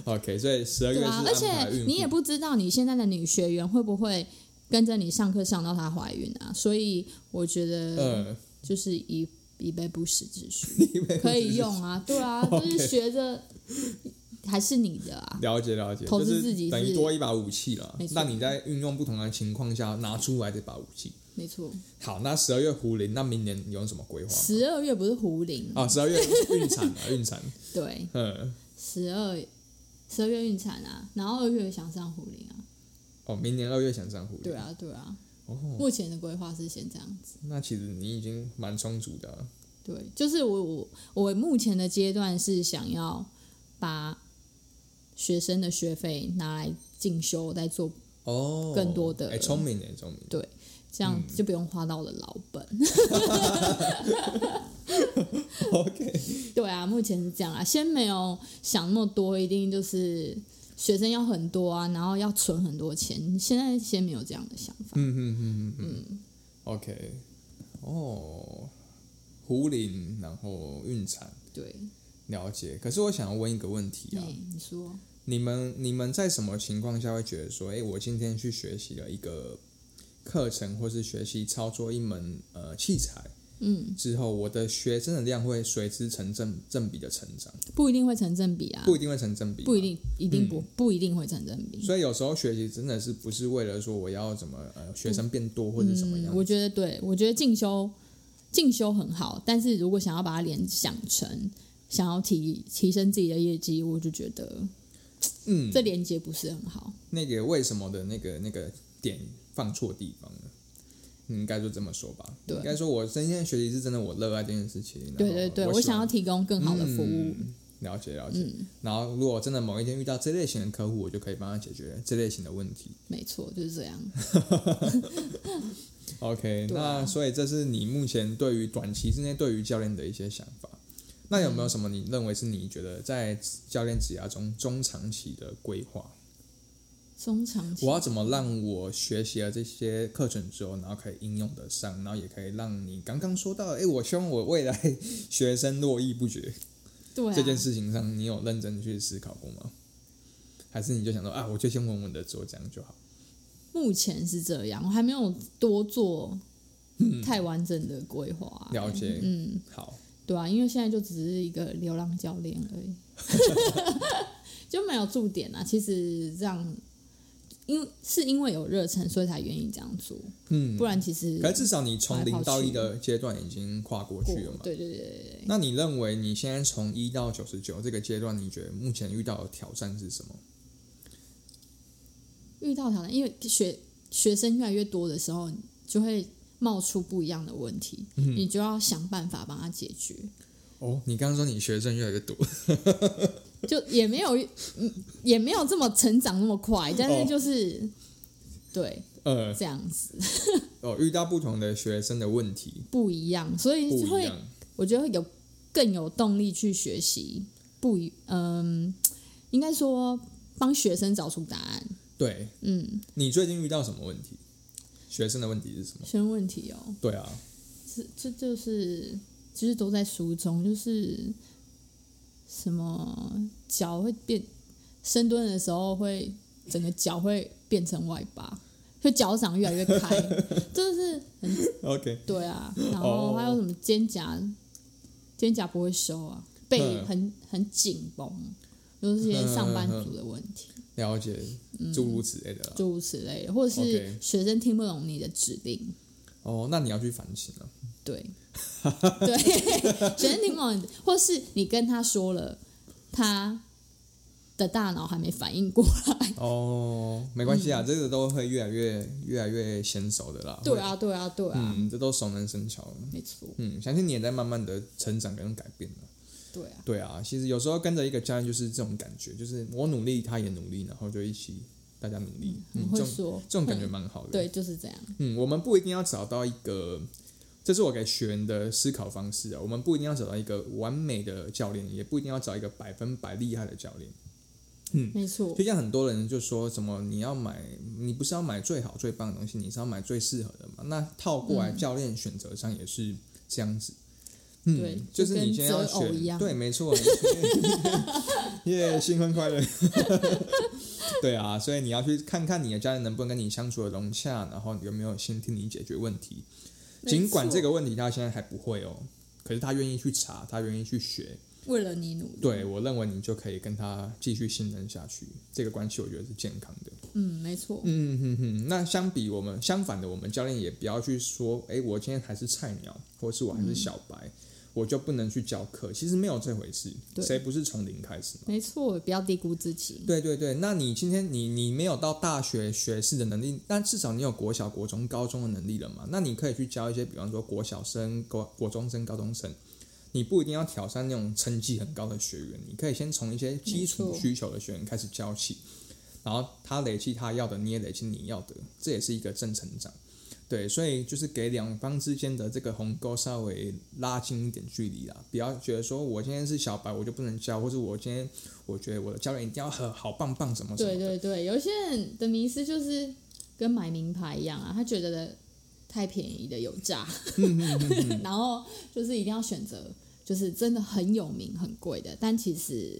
OK，所以十二月
对
是
啊，而且
安排孕妇
你也不知道你现在的女学员会不会跟着你上课上到她怀孕啊，所以我觉得
呃，
就是以、以备不时之需。
因为
可以用啊，对啊， 就是学着还是你的啊，
了解了解，
投资
就是
自己
等于
是
多一把武器了
没，错
让你在运用不同的情况下拿出来这把武器。
没错。
好，那十二月胡林，那明年有什么规划吗？
十二月不是胡林，
啊，十二月孕产啊，孕产，
对，
嗯，
十二十二月孕产啊，然后二月想上胡林啊，
哦，明年二月想上胡林，
对，啊，对啊。
哦，
目前的规划是先这样子，
那其实你已经蛮充足的啊、
对，就是我我我目前的阶段是想要把学生的学费拿来进修，再做，
哦，
更多的
哎，聪明哎，聪明，
对，这样
嗯
就不用花到我的老本。
，OK，
对啊，目前是这样啊，先没有想那么多，一定就是学生要很多啊，然后要存很多钱。现在先没有这样的想法。
嗯嗯嗯嗯嗯，OK，哦，胡林，然后孕产，
对，
了解。可是我想要问一个问题
哎、
啊，
你说，
你们你们在什么情况下会觉得说，诶，我今天去学习了一个课程，或是学习操作一门呃器材
嗯，
之后，我的学生的量会随之成正正比的成长？
不一定会成正比啊，
不一定会成正比，
不一。定，一定不、
嗯
不一定会成正比。
所以有时候学习真的是不是为了说我要怎么呃学生变多或者怎么
嗯
样，，
我觉得对，我觉得进修进修很好，但是如果想要把它联想成想要提提升自己的业绩，我就觉得
嗯，
这连接不是很好。
那个为什么的那个那个点放错地方了。你应该就这么说吧，
对
应该说我今天学习是真的，我热爱这件事情。然后
对对对，
嗯我
我
喜欢
想要提供更好的服务。嗯
嗯了解了解，然后如果真的某一天遇到这类型的客户，我就可以帮他解决这类型的问题。
没错，就是这样。
OK，、
对啊
那所以这是你目前对于短期之内对于教练的一些想法。那有没有什么你认为是你觉得在教练职涯中中长期的规划？
中长期
我要怎么让我学习了这些课程之后，然后可以应用得上，然后也可以让你刚刚说到，哎、我希望我未来学生络绎不绝、
对啊
这件事情上，你有认真去思考过吗？还是你就想说啊，我就先稳稳的做这样就好？
目前是这样，我还没有多做太完整的规划、
嗯了解
嗯，
好，
对啊，因为现在就只是一个流浪教练而已， 就没有驻点啊。其实这样，因是因为有热忱，所以才愿意这样做，
嗯
不，然其实
可是至少你从
跑来
零
跑
到一
去
的阶段已经跨过去
过
了嘛？
对对对对对。
那你认为你现在从一到九十九这个阶段，你觉得目前遇到的挑战是什么？
遇到挑战，因为学学生越来越多的时候，就会冒出不一样的问题，
嗯
你就要想办法帮他解决。
哦，你刚刚说你学生越来越多，
就也没有， 嗯也没有这么成长那么快，但
哦
是就是、对
呃，
这样子
哦，遇到不同的学生的问题
不一样，所以
不一
会
样，
我觉得会有更有动力去学习，不一嗯，应该说帮学生找出答案。
对
嗯，
你最近遇到什么问题？学生的问题是什么？
学生问题哦，
对啊，
这这就是其实都在书中，就是什么脚会变深蹲的时候会整个脚会变成外八，就脚掌越来越开， 就是很
OK，
对啊。然
哦
后还有什么肩胛，肩胛不会收啊，背
嗯
很很紧绷，就是一些上班族的问题，
了解，
嗯
诸如此类的啦、
诸如此类的，或者是
OK
学生听不懂你的指令。
哦，那你要去反省了、
对， 对，学生听不懂，或是你跟他说了，他的大脑还没反应过来。
哦，没关系啊，这个都会越来越越来越娴熟的啦。
嗯对啊，对啊，对
会，
啊，
嗯，这都熟能生巧了。
没错，
嗯，相信你也在慢慢的成长跟改变了。
对啊，
对啊，其实有时候跟着一个教练就是这种感觉，就是我努力，他也努力，然后就一起大家努力，嗯
很，
这
会
种
说，
这种感觉蛮好的。
对，，就是这样。
嗯，我们不一定要找到一个，这是我给学员的思考方式啊，我们不一定要找到一个完美的教练，也不一定要找一个百分百厉害的教练。
没错
就，像很多人就说什么你要买，你不是要买最好最棒的东西，你是要买最适合的嘛？那套过
嗯
来教练选择上也是这样子。嗯，
对
就是
就跟
你今天要
择偶一
选，
样
对，没错，你 今天耶，新婚快乐。 对啊，所以你要去看看你的家人能不能跟你相处的融洽，然后有没有心替你解决问题。
没
尽管这
错
个问题他现在还不会哦，可是他愿意去查，他愿意去学，
为了你努力，
对，我认为你就可以跟他继续信任下去，这个关系我觉得是健康的。
嗯，没错，
嗯哼哼，那相比我们相反的，我们教练也不要去说，诶，我今天还是菜鸟，或是我还是小白，我就不能去教课。其实没有这回事，
对
谁不是从零开始嘛？
没错，不要低估自己。
对对对，那你今天你你没有到大学学士的能力，但至少你有国小、国中、高中的能力了嘛？那你可以去教一些，比方说国小生、国国中生、高中生，你不一定要挑战那种成绩很高的学员，你可以先从一些基础
没错
需求的学员开始教起，然后他累积他要的，你也累积你要的，这也是一个正成长。对，所以就是给两方之间的这个鸿沟稍微拉近一点距离啦，不要觉得说我今天是小白，我就不能教，或者我今天我觉得我的教练一定要很好棒棒什么什么
对
的。
对对，有一些人的迷思就是跟买名牌一样啊，他觉得的太便宜的有诈，
嗯
然后就是一定要选择就是真的很有名很贵的，但其实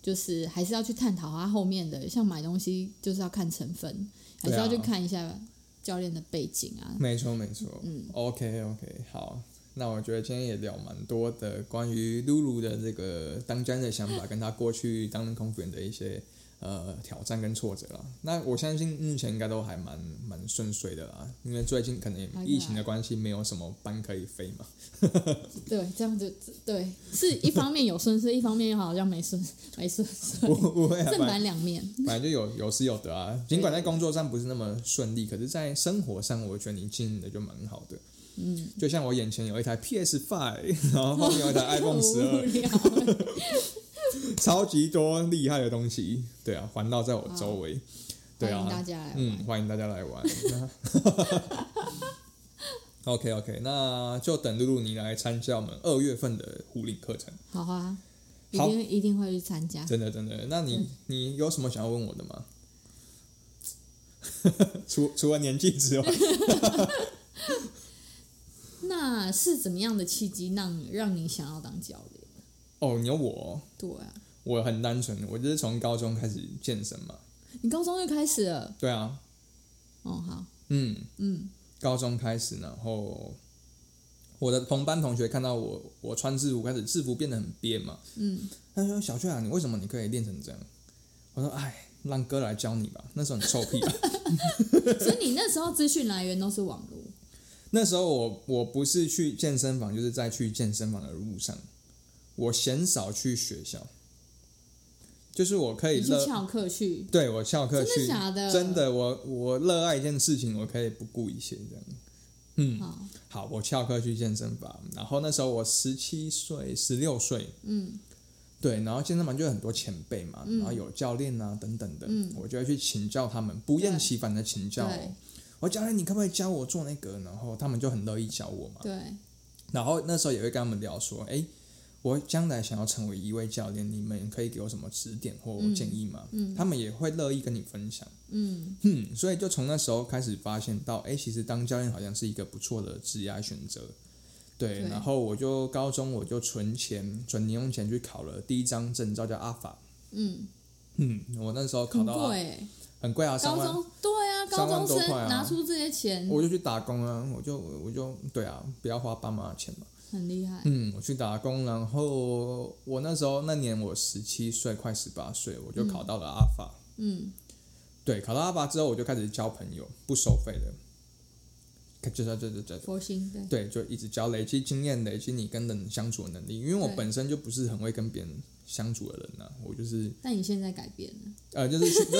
就是还是要去探讨它后面的，像买东西就是要看成分，还是要去
对啊
看一下教练的背景啊。
没错没错。OK
嗯
OK，好，那我觉得今天也聊蛮多的关于露露的这个当家的想法，跟她过去当空服员的一些呃挑战跟挫折啦。那我相信目前应该都还蛮蛮顺遂的啦，因为最近可能也
还是
疫情的关系，没有什么班可以飞 嘛。
对，这样子对，是一方面有顺遂，一方面又好像没顺没 顺遂，
不不会啊，
正
反
反两面。
反正就有有失有得啊。尽管在工作上不是那么顺利，可是，在生活上，我觉得你经营的就蛮好的。嗯，就像我眼前有一台 PS Five，然后后面有一台 iPhone 十
无
二，
聊。
超级多厉害的东西，对啊，环绕在我周围，对
哦欢迎大
啊，
家来玩。
嗯，欢迎大家来 玩。OK OK，那就等露露你来参加我们二月份的虎岭课程，
好啊，一
好
定一定会去参加。
真的真的。那你你有什么想要问我的吗？ 除除了年纪之外，
那是怎么样的契机让让你想要当教练？
哦，你有我，
对啊，
我很单纯，我就是从高中开始健身嘛。
你高中就开始了，
对啊，
哦好，
嗯，
嗯，
高中开始，然后我的同班同学看到我，我穿制服开始制服变得很憋嘛，
嗯，
他说：“小雀啊，你为什么你可以练成这样？”我说：“哎，让哥来教你吧。”那时候很臭屁、啊，
所以你那时候资讯来源都是网 络，
那时候我我不是去健身房，就是在去健身房的路上，我嫌少去学校，就是我可以
你去
乐，
翘课去，
对我翘课去，
真的假的
真的我我热爱一件事情，我可以不顾一切这样。嗯，
好，
好，我翘课去健身房，然后那时候我十七岁、十六岁，
嗯
对，然后健身房就有很多前辈嘛，
嗯
然后有教练啊等等的，
嗯
我就会去请教他们，不厌其烦的请教
对
哦。我教练，你可不可以教我做那个？然后他们就很乐意教我嘛。
对，
然后那时候也会跟他们聊说，哎，我将来想要成为一位教练，你们可以给我什么指点或建议吗？
嗯
他们也会乐意跟你分享。
嗯
嗯，所以就从那时候开始发现到，哎、其实当教练好像是一个不错的职业选择。对，
对
然后我就高中我就存钱存零用钱去考了第一张证照叫阿法，
嗯，
嗯，我那时候考
很
到阿
贵欸，
很贵啊，三
高
万，
中对啊，
三万
高中
多
生
块啊
拿出这些钱
我就去打工啊，我就我就对啊，不要花爸妈的钱嘛，
很厉害，
嗯，我去打工，然后我那时候那年我十七岁快十八岁，我就考到了阿法，
嗯，
对，考到阿法之后我就开始交朋友，不收费的，就就就就
佛心对，
对，就一直教累积经验，累积你跟人相处的能力。因为我
对
本身就不是很会跟别人相处的人呐、我就是
但你现在改变了，
呃，就是 训就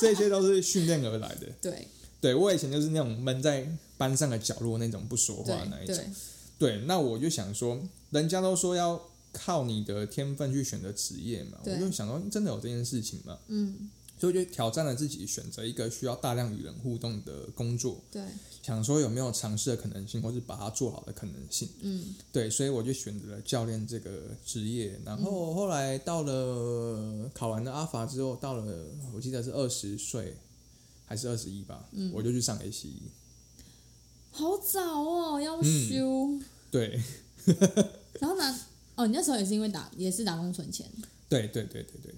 这些都是训练而来的。
对
对我以前就是那种闷在班上的角落那种不说话的那
对
一种。
对，
对，那我就想说，人家都说要靠你的天分去选择职业嘛，我
对
就想说，真的有这件事情吗？
嗯
所以我就挑战了自己，选择一个需要大量与人互动的工作，
对，
想说有没有尝试的可能性，或是把它做好的可能性。
嗯
对，所以我就选择了教练这个职业。然
嗯
后后来到了考完了阿法之后，到了我记得是二十岁还是二十一吧，
嗯
我就去上 E ACE。
好早哦，要
嗯
修，
对，
然后拿哦，你那时候也是因为打也是打工存钱，
对，对，对，对，对，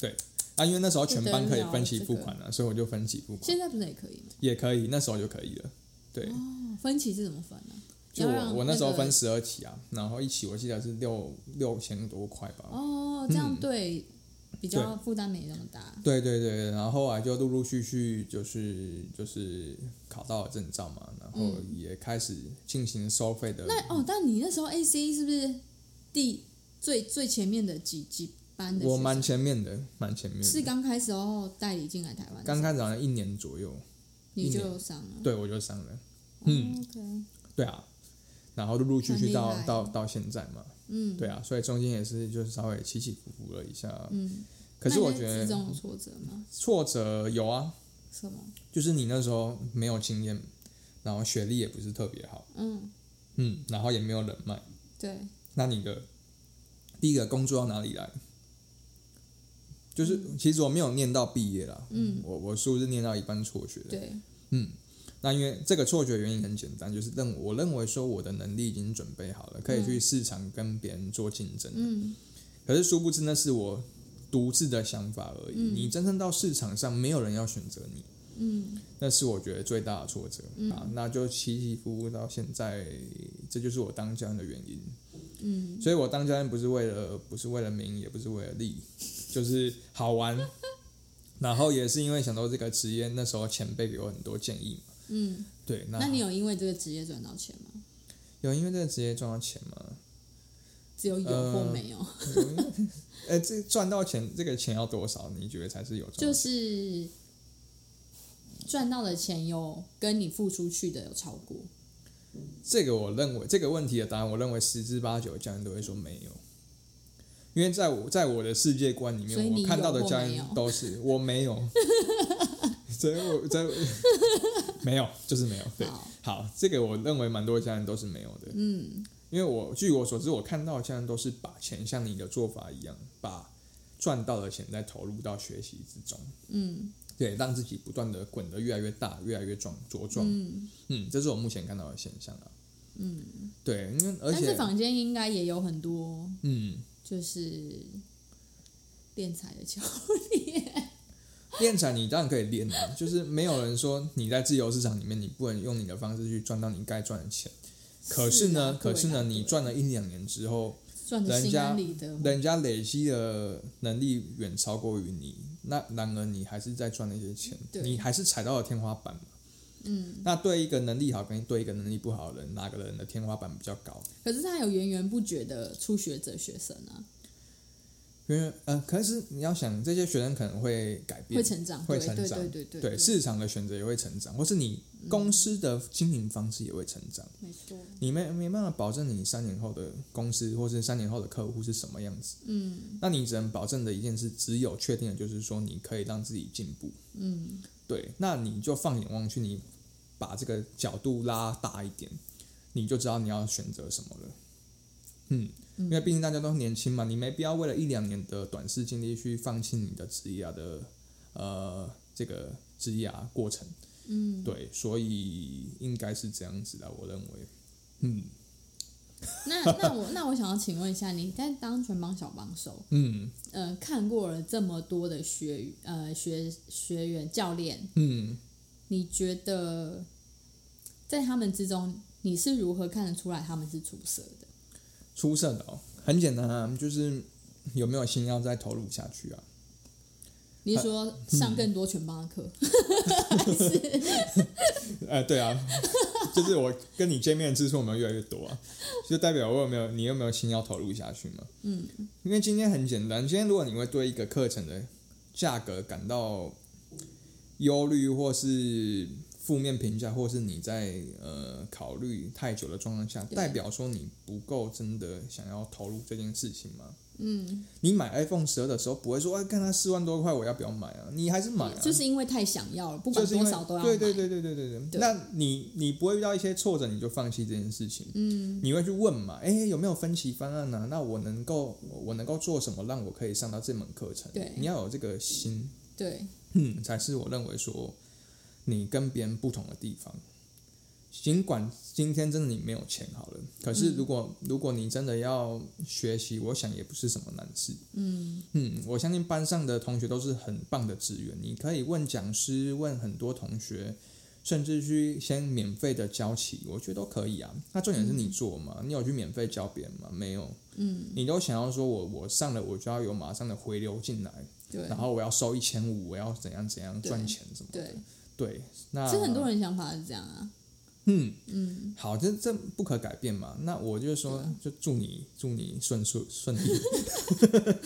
对。啊，因为那时候全班可以分期付款了、所以我就分期付款
现在不是也可以吗？
也可以，那时候就可以了。对，
哦，分期是怎么分呢、
就
要让
我我那时候
个
分十二期啊，然后一期我记得是六六千多块吧。
哦，这样
嗯
对、比较负担没那么大。
对对对，然后后来就陆陆续续就是就是考到了证照嘛，然后也开始进行收费的。
那哦，但你那时候 A C 是不是第最最前面的几几班的学生？
我蛮前面的，蛮前面的。
是刚开始哦，代理进来台湾的时候，
刚开始好像一年左右，一
你
年
就上了。
对我就上了。嗯
哦，OK，
对啊，然后陆陆续续到
很厉害
到到现在嘛，
嗯，
对啊，所以中间也是就是稍微起起伏伏了一下。
嗯。
可是我
那
觉
你在之中有
得
挫折吗？
挫折有啊，
什么？
就是你那时候没有经验，然后学历也不是特别好，
嗯，
嗯，然后也没有人脉。
对，
那你的第一个工作到哪里来？就是其实我没有念到毕业啦，
嗯
我我书是念到一半辍学的，
对，
嗯，那因为这个辍学的原因很简单，就是认我认为说我的能力已经准备好了，可以去市场跟别人做竞争，
嗯，
可是殊不知那是我独自的想法而已，
嗯
你真正到市场上，没有人要选择你，
嗯，
那是我觉得最大的挫折、啊，那就起起伏伏到现在，这就是我当教练的原因，
嗯，
所以我当教练不是为了不是为了名，也不是为了利，就是好 玩。然后也是因为想到这个职业，那时候前辈给我很多建议嘛。
嗯。
对，那
那你有因为这个职业赚到钱吗？
有因为这个职业赚到钱吗？
只有有
呃
或没有，
哎，这赚到钱，这个钱要多少？你觉得才是有赚
就
到钱？
是赚到的钱有跟你付出去的有超过。
这个我认为这个问题的答案，我认为十之八九教练都会说没有，因为在我在我的世界观里面
所以，你
我看
有
到的
或
教
没
练
有
都是我没有， 所以我在 没有就是没有。对，
好，
好，这个我认为蛮多家人都是没有的，
嗯，
因为我据我所知，我看到的家人都是把钱像你的做法一样，把赚到的钱再投入到学习之中。
嗯，
对，让自己不断的滚得越来越大，越来越壮茁壮。
嗯，
嗯，这是我目前看到的现象啊。嗯，对，因为而
但是
且，
坊间应该也有很多
嗯，
就是练财的教
练财你当然可以练啊，就是没有人说你在自由市场里面你不能用你的方式去赚到你该赚的钱。可是呢，
是啊
可是呢，
对啊
你赚了一两年之后，
赚的
人
心
家
安理得，
人家累积的能力远超过于你，那然而你还是在赚那些钱，
对
你还是踩到了天花板嘛。
嗯，
那对一个能力好跟对一个能力不好的人，哪个人的天花板比较高？
可是他有源源不绝的初学者学生啊，
因为呃，可是你要想，这些学生可能会改变，
会成长，
会
对
成长
对对对
对市场的选择也会成长，或是你公司的经营方式也会成长。
没错，
你没没办法保证你三年后的公司或是三年后的客户是什么样子，
嗯
那你只能保证的一件事，只有确定的就是说你可以让自己进步。
嗯，
对，那你就放眼望去，你把这个角度拉大一点，你就知道你要选择什么了。嗯，因为毕竟大家都年轻嘛，你没必要为了一两年的短视经历去放弃你的职业啊的呃这个职业啊过程。
嗯，
对，所以应该是这样子的，我认为。嗯
那那我那我想要请问一下，你在当全帮小帮手，
嗯
呃，看过了这么多的学呃学学员教练，
嗯，
你觉得在他们之中，你是如何看得出来他们是出色的？
出色的哦，很简单啊，就是有没有心要再投入下去啊？
你是说上更多全帮的课，
嗯 呃，对啊， 就是我跟你见面的次数有没有越来越多啊？就代表我有没有你有没有心要投入下去嘛？嗯，因为今天很简单，今天如果你会对一个课程的价格感到忧虑，或是负面评价，或是你在呃考虑太久的状况下，
对
代表说你不够真的想要投入这件事情吗？
嗯，
你买 iPhone 十二的时候不会说，哎，看它四万多块，我要不要买啊？你还是买啊，
就是因为太想要了，不
就
管
是因
多
为
少都要买，
对对对对对对对。
对
那你你不会遇到一些挫折，你就放弃这件事情，
嗯
你会去问嘛？哎，有没有分歧方案呢、啊那我能够我能够做什么，让我可以上到这门课程？
对
你要有这个心，
对，
嗯，才是我认为说你跟别人不同的地方。尽管今天真的你没有钱好了，可
嗯
是如果、如果你真的要学习，我想也不是什么难事。
嗯
嗯，我相信班上的同学都是很棒的资源，你可以问讲师，问很多同学，甚至去先免费的教起，我觉得都可以啊。那重点是你做嘛，你有去免费教别人吗？没有，
嗯，
你都想要说我我上了我就要有马上的回流进来，
对
然后我要收一千五，我要怎样怎样
对
赚钱什么的。
对，
对，那
其实很多人想法是这样啊，
嗯
嗯，啊
好，这这不可改变嘛。那我就说，就祝你祝你顺顺顺利。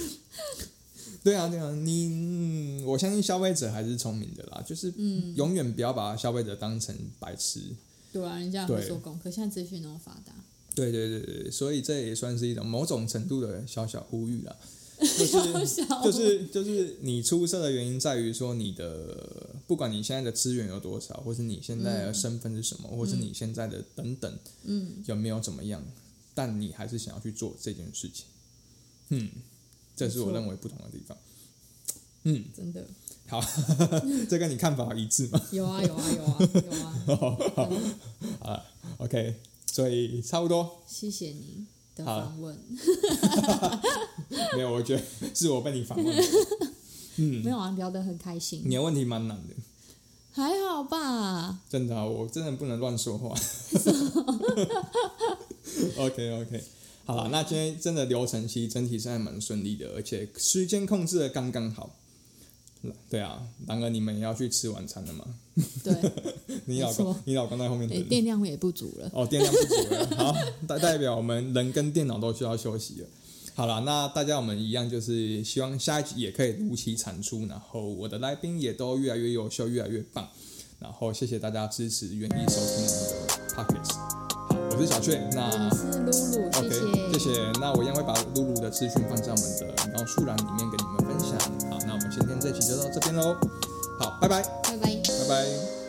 对啊，对啊，你、嗯我相信消费者还是聪明的啦，就是
嗯
永远不要把消费者当成白痴。
对啊，人家也会
对
做功课，现在资讯那么发达，
对对对对，对所以这也算是一种某种程度的小小呼 吁啦，就
小
是
小
就是就是你出色的原因在于说你的不管你现在的资源有多少，或是你现在的身份是什么，或是你现在的等等，
嗯，
有没有怎么样，但你还是想要去做这件事情。嗯，这是我
没错
认为不同的地方。嗯，
真的
好，这跟你看法一致 吗
有啊有啊有啊有 啊，
？OK，所以差不多。
谢谢你的
好
访问，
没有，我觉得是我被你反问。
没有啊，聊得很开心，
嗯你的问题蛮难的，
还好吧？
真的啊、我真的不能乱说 话。OK OK，好了，那今天真的流程其实整体是还蛮顺利的，而且时间控制的刚刚好。对啊，然而你们也要去吃晚餐了吗？
对，
你老
没
公
错，
你老公在后面
哎，
等。
电量也不足了，
哦，电量不足了，好， 代代表我们人跟电脑都需要休息了。好了，那大家我们一样就是希望下一集也可以如期产出，然后我的来宾也都越来越优秀，越来越棒。然后谢谢大家支持，愿意收听我们的 podcast。好，我是小雀，那
我是露露，谢
啊 OK，谢
谢，
谢。那我一样会把露露的资讯放在我们的描述栏里面给你们分享。好，那我们今天这期就到这边喽。好，拜拜，
拜拜。
拜拜。